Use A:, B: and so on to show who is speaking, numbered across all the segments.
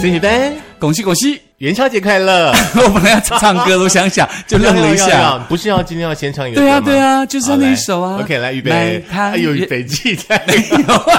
A: 孙雪芬，
B: 恭喜恭喜！
A: 元宵节快乐！
B: 我本来要唱歌，我 想想 就愣了一
A: 要要要
B: 下。
A: 不是要今天要先唱一个歌
B: 对啊
A: 吗
B: 对啊就是
A: 好
B: 那一
A: 来
B: 首啊
A: OK，来预
B: 来
A: 备，
B: 看
A: 哎有预
B: 月
A: 备起来。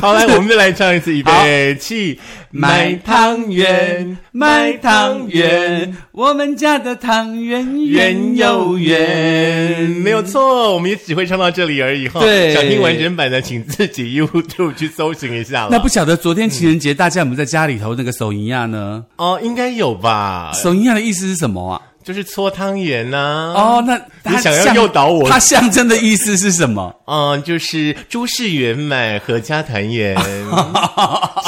A: 好，来，我们再来唱一次，预备起，
B: 买汤圆，买汤圆，我们家的汤圆圆又圆。
A: 没有错，我们也只会唱到这里而已哈。
B: 对
A: 想听完整版的，请自己 YouTube 去搜寻一下了。
B: 那不晓得昨天情人节大家有没有在家里头那个手淫亚呢？
A: 哦，应该有吧？
B: 手淫亚的意思是什么啊？
A: 就是搓汤圆啊呐、
B: 哦，那
A: 嗯
B: 它
A: 你想要
B: 象
A: 诱导我
B: 它象征的意思是 什么？
A: 嗯，就是诸事圆满，阖家团 圆。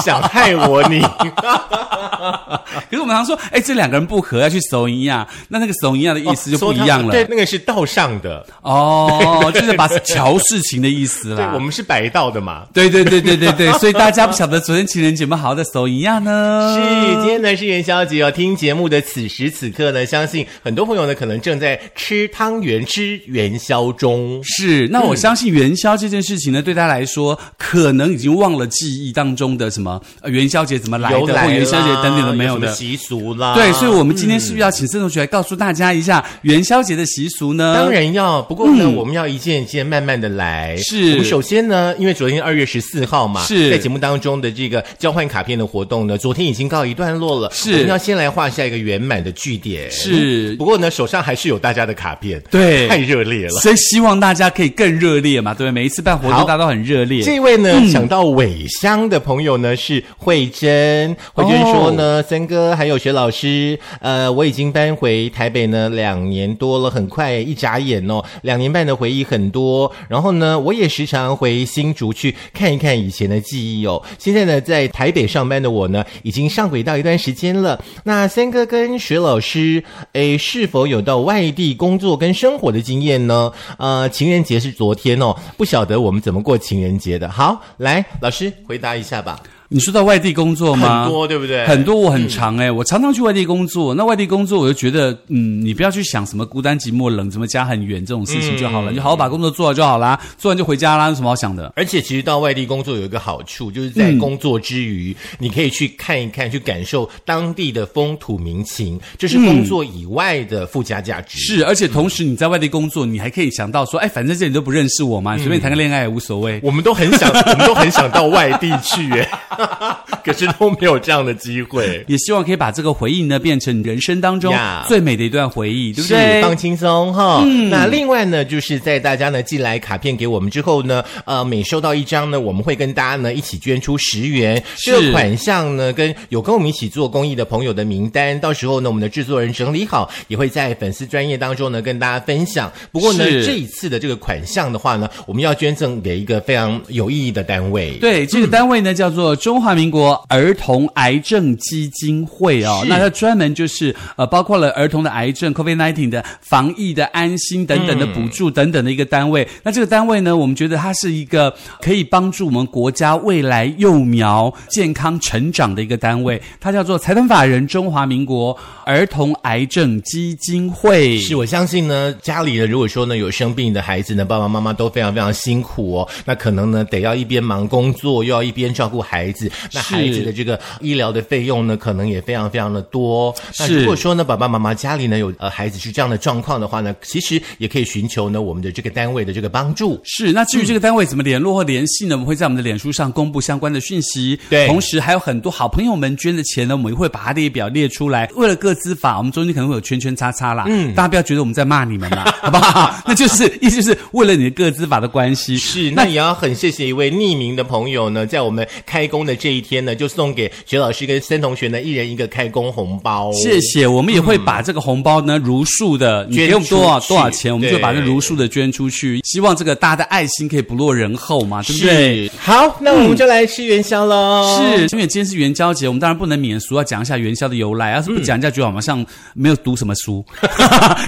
A: 想害我你？
B: 可是我们常说，哎，这两个人不和要去手淫亚，那那个手淫亚 啊的意思就不
A: 搓
B: 一
A: 汤
B: 样了。
A: 哦对，那个是道上的，
B: 哦，就是把瞧事情的意思
A: 对
B: 啦。
A: 我们是白道的嘛。
B: 对对对对对对，所以大家不晓得昨天情人节们好好的手淫亚呢？
A: 是，今天呢是元宵节哦。听节目的此时此刻呢，相信很多朋友呢可能正在吃汤圆、吃元宵中。
B: 是，那我相信元宵这件事情呢，对他来说，可能已经忘了记忆当中的什么、呃、元宵节怎么来
A: 由
B: 的，
A: 来
B: 或
A: 啦
B: 元宵节等等的没
A: 有
B: 有
A: 什么
B: 的。
A: 习俗啦。
B: 对，所以，我们今天是不是要请郑同学来告诉大家一下元宵节的习俗呢？
A: 当，然要，不过呢，我们要一件一件慢慢的来。
B: 嗯是
A: 我们首先呢，因为昨天二月十四号嘛，
B: 是
A: 在节目当中的这个交换卡片的活动呢，昨天已经告一段落了。
B: 是
A: 我们要先来画下一个圆满的句点。
B: 是
A: 不过呢，手上还是有大家的卡片，
B: 对
A: 太热烈了。
B: 所以希望大家可以更热烈嘛，对不对？每一次办活动
A: 好
B: 大家都很热烈。
A: 这位
B: 嗯
A: 呢，想到尾香的朋友呢是慧珍，慧珍说呢，森哥还有学老师，呃，我已经搬回台北呢两年多了，很快一眨眼哦，两年半的回忆很多。然后呢，我也时常回新竹去看一看以前的记忆哦。现在呢，在台北上班的我呢，已经上轨道一段时间了。那森哥跟学老师，诶，是否有到外地工作跟生活的经验呢？呃，情人节是昨天哦，不晓得我们怎么过情人节的。好，来，老师回答一下吧。
B: 你说到外地工作吗？
A: 很多对不对
B: 啊很多，我很长哎、我常常去外地工作。那外地工作，我就觉得，嗯，你不要去想什么孤单寂寞冷，什么家很远这种事情就好
A: 嗯
B: 了，你就好好把工作做好就好啦，做完就回家啦，有什么好想的？
A: 而且其实到外地工作有一个好处，就是在工作之余，你可以去看一看，去感受当地的风土民情，这是工作以外的附加价值。
B: 是，而且同时你在外地工作，你还可以想到说，哎，反正这里都不认识我
A: 嗯
B: 嘛，你随便谈个恋爱也无所谓。
A: 我们都很想，我们都很想到外地去耶， 可是都没有这样的机会。
B: 也希望可以把这个回忆呢，变成你人生当中
A: 呀
B: 最美的一段回忆，对不
A: 是
B: 对？嗯
A: 放轻松哈。那另外呢，就是在大家呢寄来卡片给我们之后呢，呃，每收到一张呢，我们会跟大家呢一起捐出十元。
B: 是
A: 这个款项呢，跟有跟我们一起做公益的朋友的名单，到时候呢，我们的制作人整理好，也会在粉丝专业当中呢跟大家分享。不过呢，
B: 是
A: 这一次的这个款项的话呢，我们要捐赠给一个非常有意义的单位。。
B: 对，这个单位呢、叫做中华民国儿童癌症基金会哦
A: 是，
B: 那它专门就是呃包括了儿童的癌症、COVID-19 的防疫的安心等等的补助等等的一个单位。那这个单位呢，我们觉得它是一个可以帮助我们国家未来幼苗健康成长的一个单位，它叫做财团法人中华民国儿童癌症基金会。
A: 是我相信呢，家里呢，如果说呢有生病的孩子呢，爸爸妈妈都非常非常辛苦哦。那可能呢，得要一边忙工作，又要一边照顾孩子，那
B: 是
A: 孩子的这个医疗的费用呢，可能也非常非常的多。那
B: 是
A: 如果说呢，爸爸妈妈家里呢有呃孩子是这样的状况的话呢，其实也可以寻求呢我们的这个单位的这个帮助。
B: 是，那
A: 嗯
B: 至于这个单位怎么联络或联系呢？我们会在我们的脸书上公布相关的讯息。
A: 对
B: 同时还有很多好朋友们捐的钱呢，我们也会把它列表列出来。为了各资法，我们中间可能会有圈圈叉叉啦，嗯，大家不要觉得我们在骂你 们啦，好不好？那就是意思就是为了你的各资法的关系。
A: 是，那也要很谢谢一位匿名的朋友呢，在我们开工的这一天呢，就送给学老师跟森同学呢一人一个开工红包。
B: 谢谢，我们也会把这个红包呢，如数的，你
A: 捐
B: 给我们多少
A: 出去
B: 多少钱，我们就
A: 对
B: 把这如数的捐出去。希望这个大家的爱心可以不落人后嘛，对不对？嗯
A: 是，好，那我们就来吃元宵喽、
B: 是，因为今天是元宵节，我们当然不能免俗，要啊讲一下元宵的由来。要啊
A: 嗯
B: 是不讲一下，觉得我们好像没有读什么 书，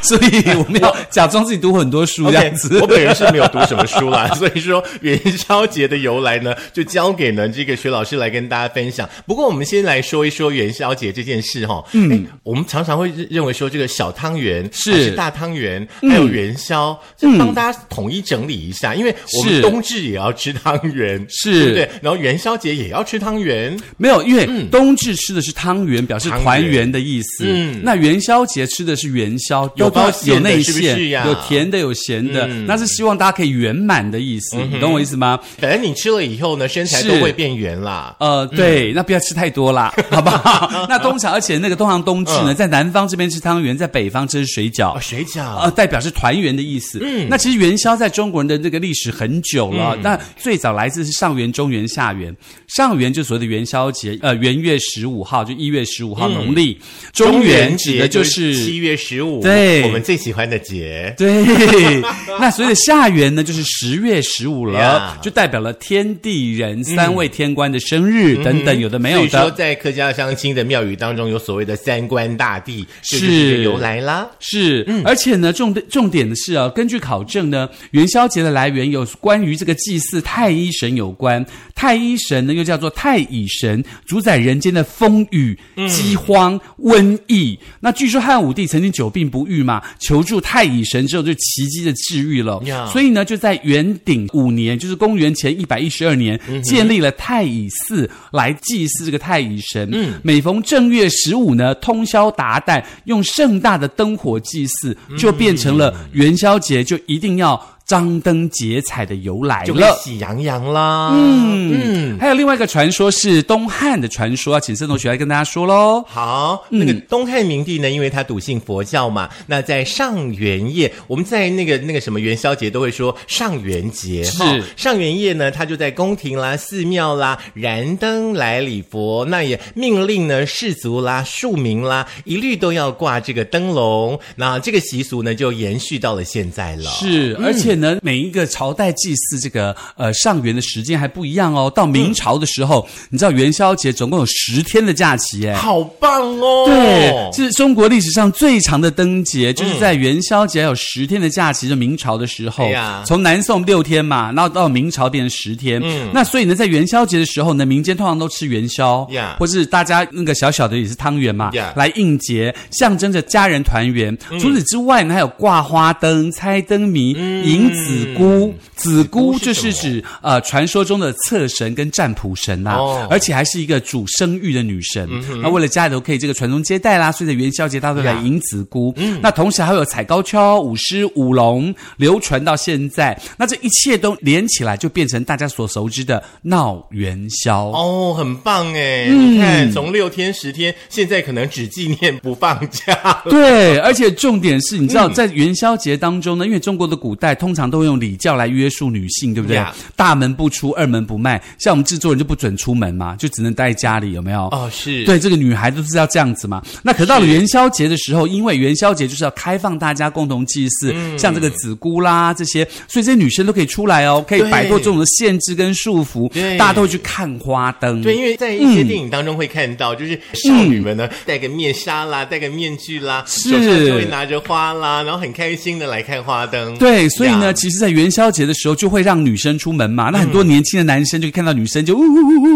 B: 所以我们要假装自己读很多书这
A: OK，
B: 样子。
A: 我 本人是没有读什么书啦，所以说元宵节的由来呢，就交给呢这个薛老老师来跟大家分享。不过我们先来说一说元宵节这件事哈、哦。嗯，我们常常会认认为说这个小汤圆
B: 是嗯
A: 还是大汤圆，还有元宵，就帮大家统一整理一下，因为我们
B: 是
A: 冬至也要吃汤圆，
B: 是
A: 对不对？然后元宵节也要吃汤圆，
B: 没有，因为
A: 嗯
B: 冬至吃的是汤圆，表示
A: 汤圆
B: 团圆的意思。
A: 嗯
B: 那元宵节吃的是元宵，
A: 有
B: 都
A: 包
B: 有
A: 馅的
B: 内
A: 是不
B: 馅，
A: 是呀嗯
B: 有甜的，有咸的，那是希望大家可以圆满的意思。你懂我意思吗？
A: 反正你吃了以后呢，身材都
B: 是
A: 会变圆啦。
B: 呃，对，那不要吃太 多啦，好不好？那通常，而且那个通常冬至
A: 嗯
B: 呢，在南方这边吃汤圆，在北方吃水饺
A: 哦，。水饺，
B: 呃，代表是团圆的意思。嗯，那其实元宵在中国人的这个历史很久了。那最早来自是上元、中元、下元。上元就所谓的元宵节，呃，元月十五号就一月十五号农历。中元指的就
A: 七
B: 是。
A: 月十五，
B: 对
A: 我们最喜欢的节。
B: 对， 那所谓的下元呢，就是十月十五了
A: Yeah
B: 就代表了天地人三位天官的生日、等等，有的没有
A: 所以
B: 的
A: 说，。在客家相亲的庙宇当中，有所谓的三官大帝，这就是这个由来啦。
B: 是，而且呢，重重点的是啊，根据考证呢，元宵节的来源有关于这个祭祀太一神有关。太一神呢，又叫做太乙神，主宰人间的风雨、饥荒、瘟疫。那据说汉武帝曾经久病不愈嘛，求助太乙神之后，就奇迹的治愈了。
A: 呀
B: 所以呢，就在元鼎五年，就是公元前一百一十二年，建立了太乙寺来祭祀这个太乙神。嗯，每逢正月十五呢，通宵达旦，用盛大的灯火祭祀，就变成了元宵节就一定要张灯结彩的由来
A: 就跟
B: 了。
A: 喜羊羊啦，嗯嗯，
B: 还有另外一个传说是东汉的传说，请盛同学来跟大家说喽。
A: 好，那
B: 嗯
A: 个东汉明帝呢，因为他笃信佛教嘛，那在上元夜，我们在那个那个什么元宵节都会说上元节，
B: 是
A: 哈上元夜呢，他就在宫廷啦、寺庙啦燃灯来礼佛，那也命令呢士族啦、庶民啦，一律都要挂这个灯笼。那这个习俗呢，就延续到了现在了。
B: 是，而且呢，每一个朝代祭祀这个呃上元的时间还不一样哦。到明朝的时候，你知道元宵节总共有十天的假期哎。
A: 好棒哦！
B: 对，是中国历史上最长的灯节，就是在元宵节还有十天的假期，就明朝的时候
A: 哎呀，
B: 从南宋六天嘛，然后到明朝变成十天。
A: 嗯
B: 那所以呢，在元宵节的时候呢，民间通常都吃元宵
A: 呀，
B: 或是大家那个小小的也是汤圆嘛
A: 呀，嗯
B: 来应节，象征着家人团圆。除此之外呢，还有挂花灯、猜灯谜、
A: 嗯
B: 迎子姑。子姑就是指呃传说中的厕神跟占卜神啊啦
A: 哦，
B: 而且还是一个主生育的女神。
A: 嗯
B: 那为了家里头可以这个传宗接代啦，所以在元宵节大家都来迎子姑。
A: 嗯
B: 那同时还会有踩高跷、舞狮、舞龙，流传到现在。那这一切都连起来，就变成大家所熟知的闹元宵。
A: 哦，很棒哎！
B: 嗯
A: 你看，从六天十天，现在可能只纪念不放假了。
B: 对，而且重点是，你知
A: 嗯
B: 道在元宵节当中呢，因为中国的古代通常都会用礼教来约束女性，对不对
A: Yeah
B: 大门不出，二门不迈，像我们制作人就不准出门嘛，就只能待在家里，有没有？
A: 哦，是
B: 对，这个女孩都是要这样子嘛。那可到了元宵节的时候，因为元宵节就是要开放大家共同祭祀，
A: 嗯
B: 像这个子姑啦这些，所以这些女生都可以出来哦，可以
A: 对
B: 摆脱这种的限制跟束缚
A: 对，
B: 大家都会去看花灯。
A: 对，因为在
B: 嗯
A: 一些电影当中会看到，就是少女们呢戴个面纱啦，戴个面具啦，
B: 是
A: 手上就会拿着花啦，然后很开心的来看花灯。
B: 对，所以呢，
A: 呀，嗯
B: 其实，在元宵节的时候，就会让女生出门嘛。那很多年轻的男生就看到女生就呜呜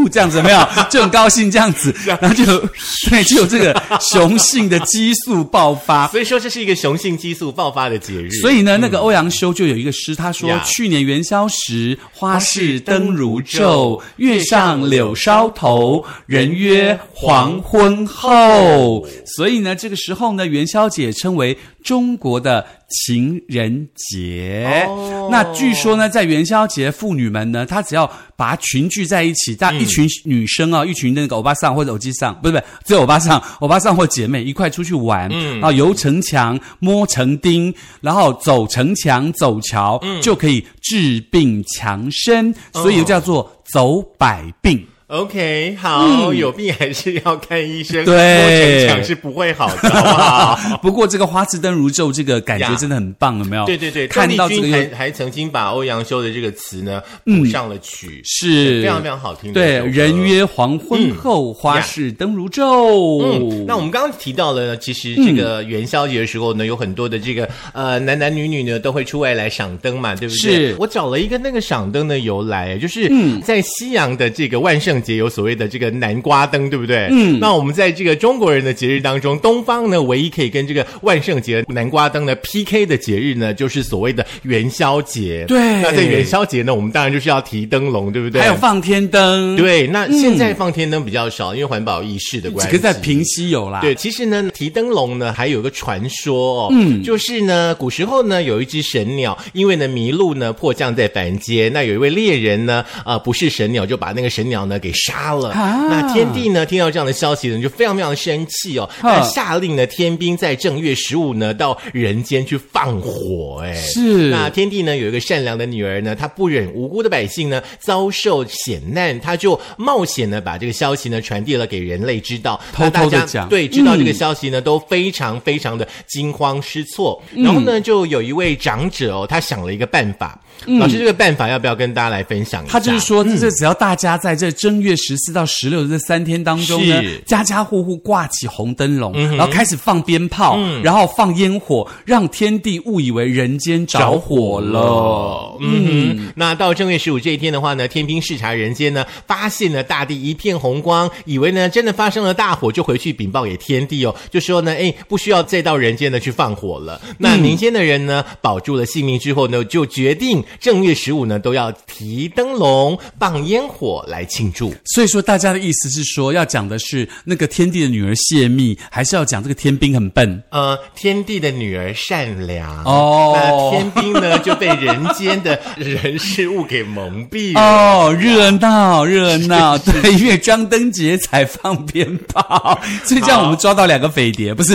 B: 呜呜这 样子，有没有就很高兴这样子，然后就 对，就有这个雄性的激素爆发。
A: 所以说这是一个雄性激素爆发的节日。嗯
B: 所以呢，那个欧阳修就有一个诗，他说
A: 呀：“
B: 去年元宵时，花市灯如
A: 花市灯如
B: 昼
A: 昼，
B: 月上柳梢头，人约黄昏
A: 哦
B: 后。”所以呢，这个时候呢，元宵节也称为中国的情人节。
A: 哦
B: 那据说呢，在元宵节，妇女们呢，她只要把它群聚在一起，大
A: 嗯
B: 一群女生啊，一群那个欧巴桑或者欧基桑，不是不是，只有欧巴桑、欧巴桑或姐妹一块出去玩，嗯，啊，游城墙、摸城钉，然后走城墙、走桥，
A: 嗯
B: 就可以治病强身，
A: 哦
B: 所以又叫做走百病。
A: OK，好，有病还是要看医生，
B: 嗯对
A: 多逞强是不会好的，好不 好？
B: 不过这个花枝灯如昼，这个感觉
A: 哦呀
B: 真的很棒，有没有？
A: 对对对，
B: 看到
A: 邓
B: 这
A: 丽
B: 个
A: 君
B: 又
A: 还还曾经把欧阳修的这个词呢补上了曲，
B: 是
A: 非常非常好听的一
B: 对
A: 首，歌
B: 人约黄昏后，花
A: 呀
B: 市灯如昼。
A: 嗯，那我们刚刚提到了呢，其实这个元宵节的时候呢，有很多的这个呃男男女女呢都会出外来赏灯嘛，对不对？
B: 是嗯
A: 我找了一个那个赏灯的由来，就是在西洋的这个万圣圣节有所谓的这个南瓜灯，对不对？嗯，那我们在这个中国人的节日当中，东方呢唯一可以跟这个万圣节、南瓜灯呢 PK 的节日呢，就是所谓的元宵节。
B: 对
A: 那在元宵节呢，我们当然就是要提灯笼，对不对？
B: 还有放天灯，，
A: 对，那现在放天灯比较少，因为环保意识的关
B: 几
A: 系。
B: 个在平西有啦，
A: 对，其实呢，提灯笼呢，还有个传说哦，
B: 嗯
A: 就是呢，古时候呢，有一只神鸟，因为呢麋鹿呢迫降在凡间，那有一位猎人呢，啊，不是神鸟，就把那个神鸟呢给杀了。
B: 啊
A: 那天帝呢听到这样的消息呢，就非常非常的生气哦，
B: 哈
A: 那下令呢天兵在正月十五呢到人间去放火，哎，
B: 是
A: 那天帝呢有一个善良的女儿呢，她不忍无辜的百姓呢遭受险难，她就冒险呢把这个消息呢传递了给人类知道，
B: 偷
A: 那
B: 偷
A: 大家
B: 地讲
A: 对，知
B: 嗯
A: 道这个消息呢都非常非常的惊慌失措。然后呢，就有一位长者哦，他想了一个办法，老师这个办法要不要跟大家来分享一下？
B: 嗯他就是说，
A: 嗯
B: 这只要大家在这正月十四到十六的这三天当中呢
A: 是，嗯
B: 家家户户挂起红灯笼，然后开始放鞭炮，然后放烟火，让天地误以为人间着火了。
A: 嗯哼，那到正月十五这一天的话呢，天兵视察人间呢，发现呢大地一片红光，以为呢真的发生了大火，就回去禀报给天帝哦，就说呢，哎，不需要再到人间呢去放火了。那民间的人呢，保住了性命之后呢，就决定正月十五呢都要提灯笼、放烟火来庆祝。
B: 所以说，大家的意思是说，要讲的是那个天帝的女儿泄密，还是要讲这个天兵很 笨？
A: 呃，天帝的女儿善良
B: 哦
A: 那天兵呢就被人间的人事物给蒙蔽了。
B: 哦，热闹热 闹，对，因为张灯结彩放鞭炮，所以这样我们抓到两个匪谍，不是？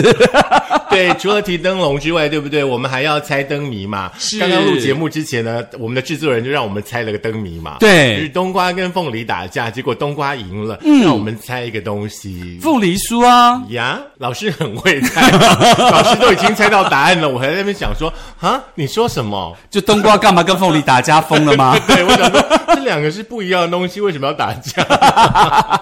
A: 对，除了提灯笼之外，对不对？我们还要猜灯谜嘛。
B: 是
A: 刚刚录节目之前呢，我们的制作人就让我们猜了个灯谜嘛。
B: 对
A: 就是冬瓜跟凤梨打架，结果冬瓜赢了，让我们猜一个东西。
B: 嗯凤梨酥啊，
A: 呀，老师很会猜，老师都已经猜到答案了，我还在那边想说啊，你说什么？
B: 就冬瓜干嘛跟凤梨打架疯了吗？
A: 对，我想说这两个是不一样的东西，为什么要打架？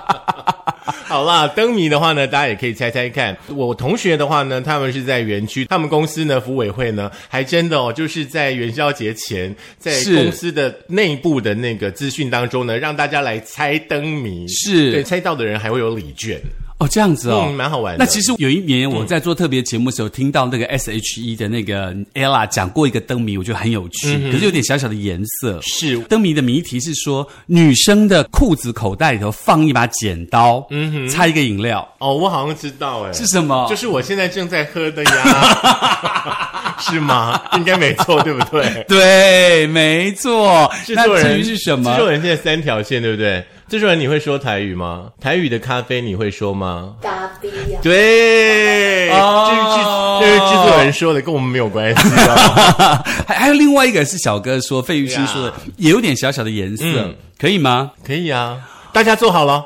A: 好啦，灯谜的话呢，大家也可以猜猜看。我同学的话呢，他们是在园区，他们公司呢，服委会呢，还真的哦，就是在元宵节前，在
B: 是
A: 公司的内部的那个资讯当中呢，让大家来猜灯谜，
B: 是
A: 对猜到的人还会有礼券，
B: 哦，这样子哦，
A: 嗯，蛮好玩的。
B: 那其实有一年我在做特别节目的时候，听到那个 S H E 的那个 Ella 讲过一个灯谜，我觉得很有趣，可是有点小小的颜色。
A: 是
B: 灯谜的谜题是说，女生的裤子口袋里头放一把剪刀，嗯哼，插一个饮料
A: 哦，我好像知道哎，
B: 是哦什么？
A: 就是我现在正在喝的呀，是吗？应该没错，对不对？
B: 对，没错。
A: 制
B: 那
A: 作
B: 至
A: 人
B: 于是什么
A: 制？作人现在三条线，对不对？制作人你会说台语吗？台语的咖啡你会说吗？
C: 咖啡呀、
A: 对，
B: 哦
A: 这是制这是制作人说的，跟我们没有关系啊。
B: 还还有另外一个是小哥说，费玉清说的
A: 呀，
B: 也有点小小的颜色，
A: 嗯
B: 可以吗？
A: 可以啊，大家坐好了。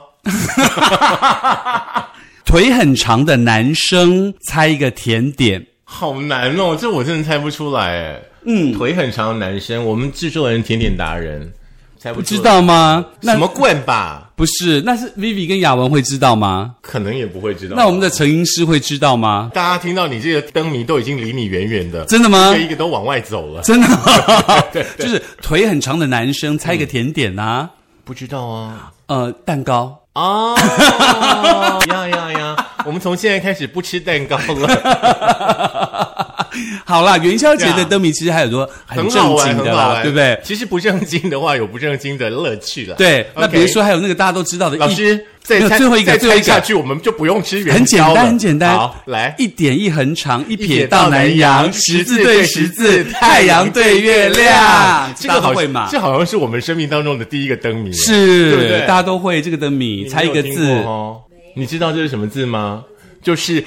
B: 腿很长的男生猜一个甜点。
A: 好难哦，这我真的猜不出来哎。嗯，腿很长的男生，我们制作人甜点达人，猜不
B: 不
A: 出来
B: 知道吗？那
A: 什么棍吧，
B: 不是，那是 Vivi 跟雅文会知道吗？
A: 可能也不会知道。
B: 那我们的成音师会知道吗？
A: 大家听到你这个灯谜都已经离你远远的，
B: 真的吗
A: 一个一个都往外走了。
B: 真的， 就是腿很长的男生猜一个甜点呐、
A: 不知道啊。
B: 呃，蛋糕。
A: 哦，呀呀呀！我们从现在开始不吃蛋糕了，
B: 好啦，元宵节
A: 对
B: 的
A: 啊
B: 灯谜其实还有很多 很
A: 很好
B: 正
A: 玩，
B: 经
A: 很
B: 的
A: 好
B: 啦，
A: 玩，
B: 对不对？
A: 其实不正经的话，有不正经的乐趣了。
B: 对，那
A: OK
B: 比如说还有那个大家都知道的一，
A: 哎老师再
B: 没有
A: 猜
B: 最后一个
A: 再
B: 最后一
A: 猜下
B: 个
A: 去，我们就不用吃元
B: 很简
A: 宵了。
B: 单，很简单。
A: 好，来，
B: 一点一横长，一
A: 一
B: 撇到南洋，十字对十字，太阳对月亮。
A: 这个
B: 大家
A: 好
B: 都会嘛？
A: 这好像是我们生命当中的第一个灯谜，
B: 是，
A: 对不对
B: 大家都会这个灯谜，
A: 你
B: 猜一
A: 没
B: 个
A: 有听过
B: 字。
A: 哦。你知道这是什么字吗？就是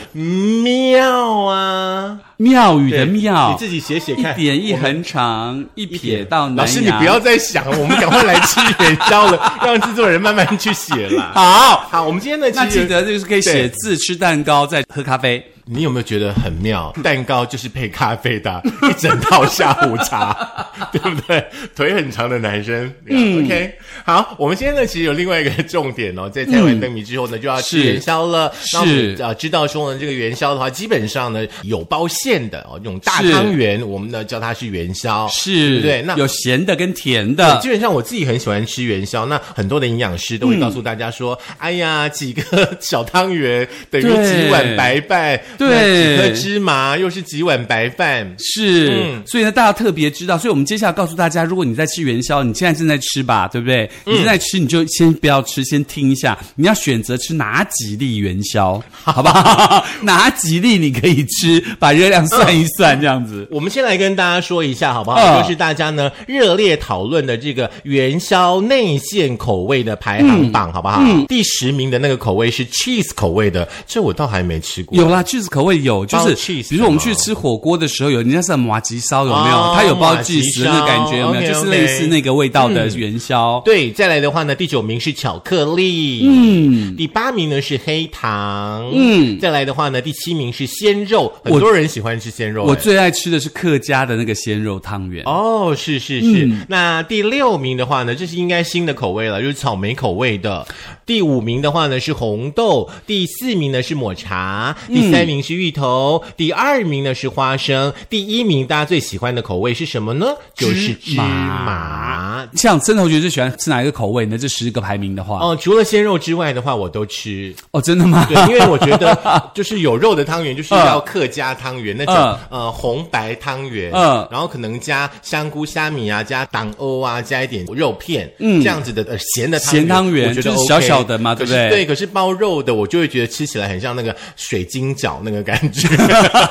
A: 妙啊！
B: 庙宇的
A: 对
B: 庙，
A: 你自己写写
B: 一
A: 看。
B: 点一横长，一撇到南
A: 老
B: 洋。
A: 师，你不要再想了，我们赶快来吃元宵了， 让制作人慢慢去写啦。
B: 好。
A: 好，我们今天呢，
B: 那
A: 其实
B: 记得就是可以写
A: 对
B: 字、吃蛋糕、再喝咖啡。
A: 你有没有觉得很妙？蛋糕就是配咖啡的啊， 一整套下午茶， 对不对？腿很长的男生，嗯，OK，好，我们今天呢，其实有另外一个重点哦，在猜完灯谜之后呢，就要吃
B: 是
A: 元宵了。那我
B: 嗯是
A: 们啊，知道说呢，这个元宵的话，基本上呢有包馅的哦，这种大
B: 是
A: 汤圆，我们呢叫它是元宵，对
B: 是，
A: 不对？那
B: 有咸的跟甜
A: 对
B: 的，
A: 基本上我自己很喜欢吃元宵，那很多的营养师都会告诉大家说，哎呀，几个小汤圆等于
B: 对
A: 几碗白饭，
B: 对
A: 那几颗芝麻又是几碗白饭。
B: 是，
A: 嗯
B: 所以呢，大家特别知道，所以我们接下来告诉大家，如果你在吃元宵，你现在正在吃吧，对不对？
A: 嗯
B: 你正在吃，你就先不要吃，先听一下，你要选择吃哪几粒元 宵，好不好？ 哪几粒你可以吃，把热量算一算，这样子。
A: 我们先来跟大家说一下好不好？
B: 嗯
A: 就是大家呢热烈讨论的这个元宵内馅口味的排行榜，好不好？第十名的那个口味是 cheese 口味的，这我倒还没吃过。
B: 有啦，cheese 口味有，就
A: 包
B: 是
A: cheese
B: 比如说我们
A: 的吗
B: 去吃火锅的时候，有人家是麻吉烧，有没有？
A: 哦
B: 它有包
A: 麻吉
B: cheese 的那个感觉，有没
A: 哦烧
B: 有？就是
A: ，OK，OK 嗯
B: 类似那个味道的元宵。
A: 对，再来的话呢，第九名是巧克力，嗯，第八名呢是黑糖，嗯，再来的话呢，第七名是鲜肉，很多人喜欢吃鲜肉、
B: 我
A: 哎
B: 最爱吃的是客家的那个鲜肉汤圆。
A: 哦，是是是。
B: 嗯
A: 那第六名的话呢，这是应该新的口味了，就是草莓口味的。第五名的话呢是红豆，第四名呢是抹茶，
B: 嗯
A: 第三名是芋头，第二名呢是花生，第一名大家最喜欢的口味是什么呢？就是芝
B: 芝麻
A: 麻。
B: 像曾同学最喜欢吃哪一个口味呢？这十个排名的话，哦
A: 哦，除了鲜肉之外的话，我都吃。
B: 真的吗？
A: 对，因为我觉 得就是有肉的汤圆就是要客家汤圆那种、
B: 嗯
A: 呃红白汤圆，
B: 嗯
A: 然后可能加香菇、虾米啊，加党欧啊，加一点肉片，这样子的、呃、咸的汤圆，
B: 嗯咸汤圆
A: 我觉得、
B: 就是
A: OK、
B: 小小的嘛对不
A: 可
B: 对
A: 是对，可是包肉的我就会觉得吃起来很像那个水晶饺那个感 觉，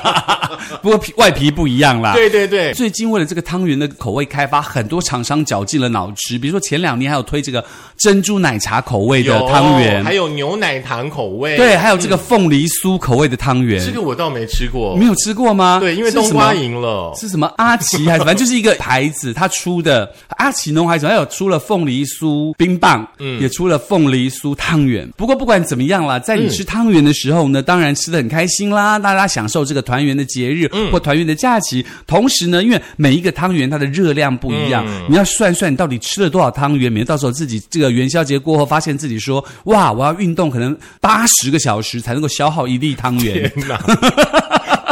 B: 不过皮外皮不一样啦。
A: 对对对。
B: 最近为了这个汤圆的口味开发，很多厂商绞尽了脑汁。比如说前两年还有推这个珍珠奶茶口味的
A: 有
B: 汤圆，
A: 还有牛奶糖口味，
B: 对，，还有这个凤梨酥口味的汤圆，
A: 这个我倒没吃过
B: 你。没有吃过吗？
A: 对，因为
B: 嗯是
A: 冬
B: 什么
A: 瓜赢了，
B: 是什么阿奇还是反正就是一个牌子，它出的阿奇农还是什么，还有出了凤梨酥冰棒，也出了凤梨酥汤圆。不过不管怎么样啦，在你吃汤圆的时候呢，当然吃的很开心啦，大家享受这个团圆的节日或团圆的假期。同时呢，因为每一个汤圆它的热量不一样，你要算算你到底吃了多少汤圆，免得到时候自己这个元宵节过后发现自己说哇，我要运动可能八十个小时才能够消耗一粒汤圆
A: 天。哪！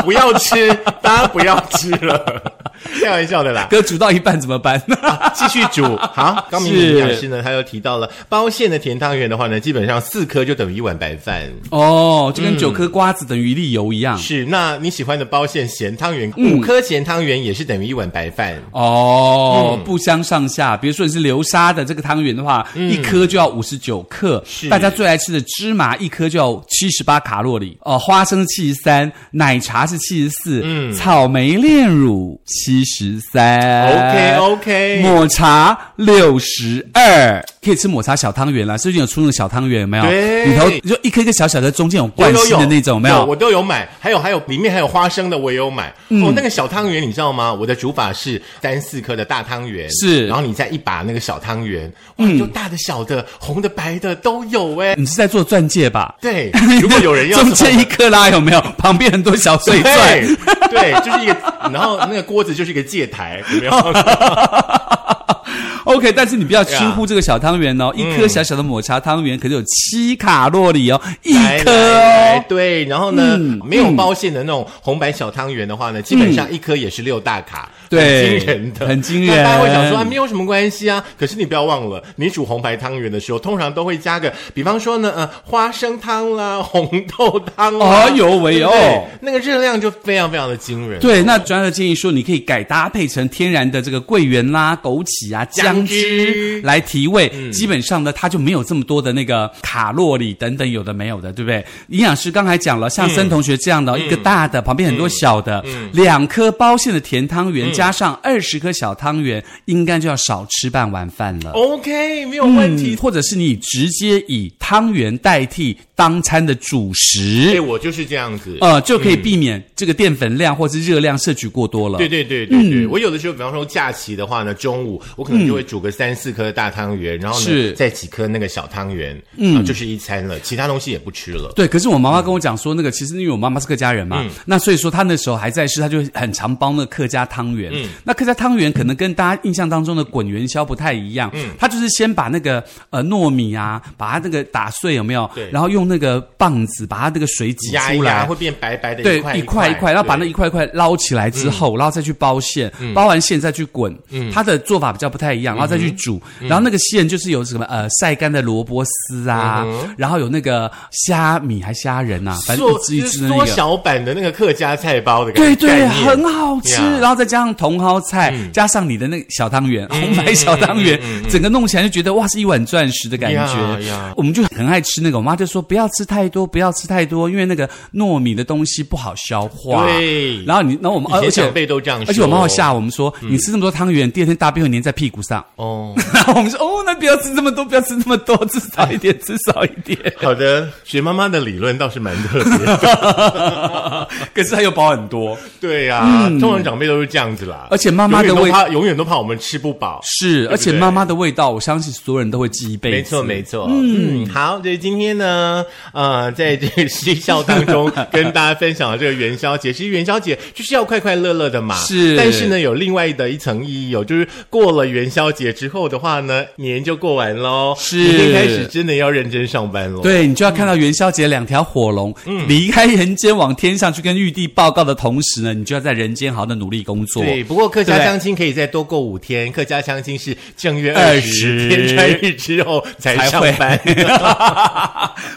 A: 不要吃，大家不要吃了，开玩笑的啦。
B: 哥煮到一半怎么办？
A: 继续煮。好，高明
B: 是
A: 营养师呢，他又提到了包馅的甜汤圆的话呢，基本上四颗就等于一碗白饭。
B: 哦，就跟九颗瓜子等于一粒油一样。
A: 是，那你喜欢的包馅咸汤圆，五颗咸汤圆也是等于一碗白饭。
B: 哦，不相上下。比如说你是流沙的这个汤圆的话，一颗就要五十九克。
A: 是
B: 大家最爱吃的芝麻，一颗就要七十八卡路里。哦，花生七十三，奶茶是七十四，嗯，草莓炼乳七十三。
A: OK OK，
B: 抹茶六十二，可以吃抹茶小汤圆啦。最近有出那个小汤圆，有没有？
A: 对
B: 里头就一颗一颗小小的，中间有灌心的那种，有没有？
A: 我都有买，还有还有里面还有花生的，我也有买。
B: 嗯
A: 哦，那个小汤圆你知道吗？我的煮法是三四颗的大汤圆，
B: 是嗯
A: 然后你再一把那个小汤圆，哇，有大的、小的、红的、白的都有哎。
B: 你是在做钻戒吧？
A: 对，如果有人要
B: 嗯中
A: 送
B: 间一克拉有 没有？旁边很多小碎钻。
A: 对对，就是一个，然后那个锅子就是一个戒台，有没 有？
B: OK，但是你不要
A: 对
B: 轻
A: 啊
B: 忽这个小汤圆哦，一颗小小的抹茶汤圆可是有七卡路里哦，嗯一
A: 来
B: 颗
A: 来来
B: 哦。
A: 对，然后呢，没有包馅的那种红白小汤圆的话呢，基本上一颗也是六大卡，
B: 嗯
A: 很
B: 对
A: 惊人的，
B: 很惊
A: 那大家会想
B: 人
A: 说啊，没有什么关系啊。可是你不要忘了，你煮红白汤圆的时候，通常都会加个，比方说呢，呃，花生汤啦、红豆汤啦，
B: 哎呦喂
A: 对不
B: 哦
A: 对那个热量就非常非常的惊人。
B: 对，那专家建议说，你可以改搭配成天然的这个桂圆啦、枸杞啊、
A: 姜
B: 姜
A: 汁嗯
B: 汁来提味。基本上呢，它就没有这么多的那个卡路里等等，有的没有的，对不对？营养师刚才讲了，
A: 嗯
B: 像森同学这样的、一个大的，旁边很多小的，两颗包馅的甜汤圆、
A: 嗯
B: 加上二十颗小汤圆，应该就要少吃半碗饭了。
A: ，OK，没有哦问题
B: 嗯，。或者是你直接以汤圆代替当餐的主食，
A: 对，哎我嗯就是这样子。
B: 呃，就可以避免这个淀粉量或是热量摄取过多了。嗯
A: 对对对对对，我有的时候，比方说假期的话呢，中午我可能就会煮个三四颗大汤圆，然后呢
B: 是
A: 再几颗那个小汤圆，嗯，就是一餐了，其他东西也不吃了。嗯
B: 对，可是我妈妈跟我讲说，那个其实因为我妈妈是客家人嘛，那所以说她那时候还在世，她就很常帮那客家汤圆。
A: 嗯
B: 那客家汤圆可能跟大家印象当中的滚元宵不太一样，
A: 嗯
B: 她就是先把那个呃糯米啊，把它那个打碎有没有
A: 对？
B: 然后用那个棒子把它那个水挤
A: 压一
B: 出
A: 压
B: 来。
A: 会变白白的，
B: 嗯对，
A: 块
B: 一
A: 一
B: 块一块，然后把那
A: 对嗯
B: 一块一块捞起来之后，然后再去包馅，包完馅再去滚。它的做法比较不太一
A: 嗯
B: 样，然后再去煮。然后那个馅就是有什么呃晒干的萝卜丝啊，
A: 嗯
B: 然后有那个虾米还虾仁啊，反正一
A: 缩
B: 只一只的那
A: 缩
B: 个。
A: 小版的那个客家菜包的感
B: 对
A: 觉，概
B: 对，
A: 念
B: 很好吃，
A: 呀嗯
B: 然后再加上茼蒿菜，加上你的那个小汤圆，红白小汤圆，整个弄起来就觉得哇，是一碗钻石的感
A: 呀
B: 觉
A: 呀。
B: 我们就很爱吃那个，我妈就说不要吃太多，不要吃太多，因为那个糯米的东西不好消化。
A: 对
B: 然后你，然后我们，而
A: 以前
B: 而且
A: 长辈都这样说，嗯
B: 而且我妈会吓我们说，你吃这么多汤圆，第二天大便会粘在屁股上。
A: 哦。
B: 然后我们说，哦，那不要吃这么多，不要吃这么多，吃少一点，吃少一点。
A: 好的，学妈妈的理论倒是蛮特别的，
B: 可是它又包很多，
A: 对呀、通常长辈都是这样子啦。
B: 嗯而且妈妈的
A: 永远
B: 味
A: 都怕，永远都怕我们吃不饱。
B: 是，而且
A: 对
B: 妈妈的味道，我相信所有人都会记一辈子。
A: 没错，没错。嗯，好，就是今天呢，呃，在这个嬉笑当中跟大家分享了这个元宵节。其实元宵节就是要快快乐乐的嘛，
B: 是
A: 但是呢，有另外的一层意义哦，就是过了元宵节之后的话呢，年就过完喽，
B: 是
A: 明天开始真的要认真上班喽。
B: 对你就要看到元宵节两条火龙、
A: 嗯
B: 离开人间往天上去跟玉帝报告的同时呢，你就要在人间好好的努力工作。
A: 对，不过客家
B: 对
A: 相亲可以再多过五天，客家相亲是正月
B: 20
A: 十天 穿日之后才
B: 才
A: 上
B: 会
A: 班，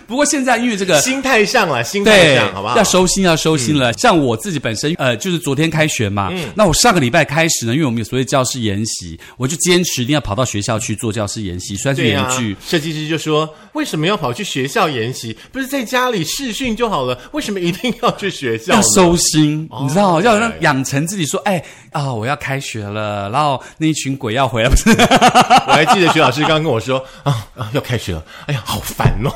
B: 不过现在因为这个
A: 心态上了，心态
B: 对
A: 上，好不好？嗯
B: 要收心，要收心了。像我自己本身，呃，就是昨天开学嘛，那我上个礼拜开始呢，因为我们有所谓教师研习，我就坚持一定要跑到学校去做教师研习，算是
A: 对
B: 研
A: 啊
B: 剧。，
A: 设计师就说：“为什么要跑去学校研习？不是在家里视讯就好了？为什么一定要去学校呢？”
B: 要收心，你知道，
A: 哦对
B: 要让养成自己说，哎啊、我要开学了，然后那一群鬼要回来，不是？
A: 我还记得徐老师刚刚跟我说啊啊，要开学了，哎呀，好烦哦。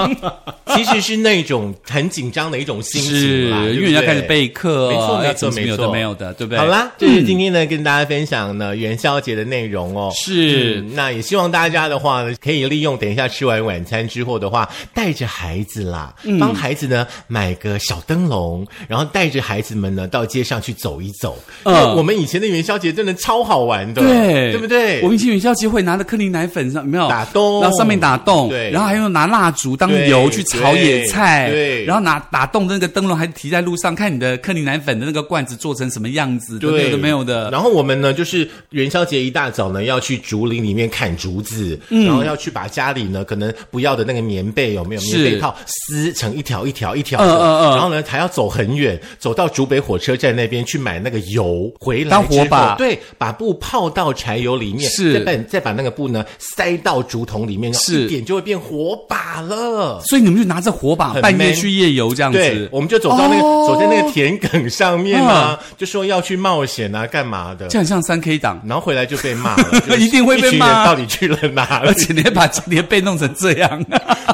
A: 其实是那种很紧张的一种心情啦，对不对
B: 因为你要开始备课，
A: 没错，
B: 要
A: 没
B: 哎怎
A: 错，没
B: 么怎么有的
A: 错，
B: 没有的，对不对？嗯
A: 好，啦，这是今天呢跟大家分享呢元宵节的内容哦。
B: 是。
A: 嗯那也希望大家的话呢，可以利用等一下吃完晚餐之后的话，带着孩子啦，
B: 嗯
A: 帮孩子呢买个小灯笼，然后带着孩子们呢到街上去走一走。
B: 嗯
A: 那我们以前的元宵节真的超好玩的，
B: 对，
A: 对不对？
B: 我们以前元宵节会拿着克林奶粉上有没有
A: 打洞
B: 然后上面打洞，
A: 对
B: 然后还用拿蜡烛当
A: 对
B: 油去炒野菜，
A: 对对
B: 然后拿打洞的那个灯笼还提在路上，看你的克林奶粉的那个罐子做成什么样子，都
A: 对，
B: 有的没有的。
A: 然后我们呢，就是元宵节一大早呢，要去竹林里面砍竹子，
B: 嗯
A: 然后要去把家里呢可能不要的那个棉被有没有
B: 是
A: 棉被套撕成一条一条一条的，
B: 嗯嗯嗯
A: 然后呢还要走很远，走到竹北火车站那边去买那个油，回来
B: 当火
A: 之后
B: 把
A: 对，把布泡到柴油里面，
B: 是
A: 再把再把那个布呢塞到竹筒里面，然后
B: 是
A: 一点就会变火把了。
B: 所以你们就拿着火把
A: 很
B: 半夜
A: man
B: 去夜游这样
A: 对
B: 子，。
A: 我们就走到那个、
B: 哦嗯
A: 走在那个田埂上面啊，就说要去冒险啊，干嘛的？
B: 这很像三 K 党，
A: 然后回来就被骂 了，就是
B: 一定会被
A: 一
B: 骂
A: 群人到底去了哪
B: 而
A: 里？
B: 且你还把你的被弄成这样。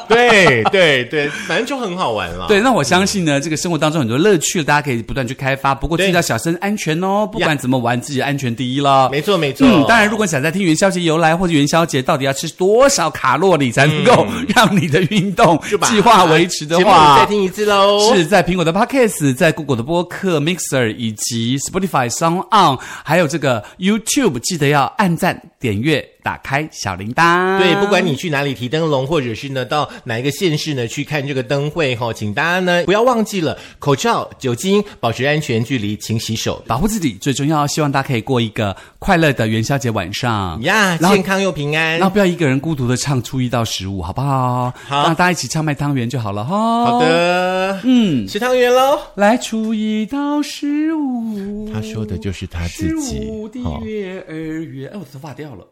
A: 对对对，反正就很好玩了。
B: 对，那我相信呢，这个生活当中很多乐趣，大家可以不断去开发。不过
A: 对
B: 注意到小生安全哦，不管怎么玩，自己安全第一了。
A: 没错没错。
B: 嗯，当然，如果想再听元宵节由来或者元宵节到底要吃多少卡路里才能够
A: 嗯
B: 让你的运动
A: 就把
B: 计划维持的
A: 啊节目
B: 话，
A: 再听一次喽。
B: 是在苹果的 Podcast，在 Google 的播客 Mixer 以及 Spotify、Sound On，还有这个 YouTube，记得要按赞、点阅、打开小铃铛。
A: 对，不管你去哪里提灯笼，或者是呢到哪一个县市呢去看这个灯会哈、请大家呢不要忘记了口罩、酒精，保持安全距离，勤洗手
B: 保护自己最重要，希望大家可以过一个快乐的元宵节晚上。
A: 呀，
B: 然后
A: 健康又平安
B: 然。后不要一个人孤独的唱初一到十五，好不好？
A: 好
B: 那大家一起唱卖汤圆就好了哈。
A: 好
B: 好，
A: 的，嗯，吃汤圆喽。
B: 来初一到十五，
A: 他说的就是他自己
B: 十五的
A: 哦
B: 月儿圆，哎，我头发掉了。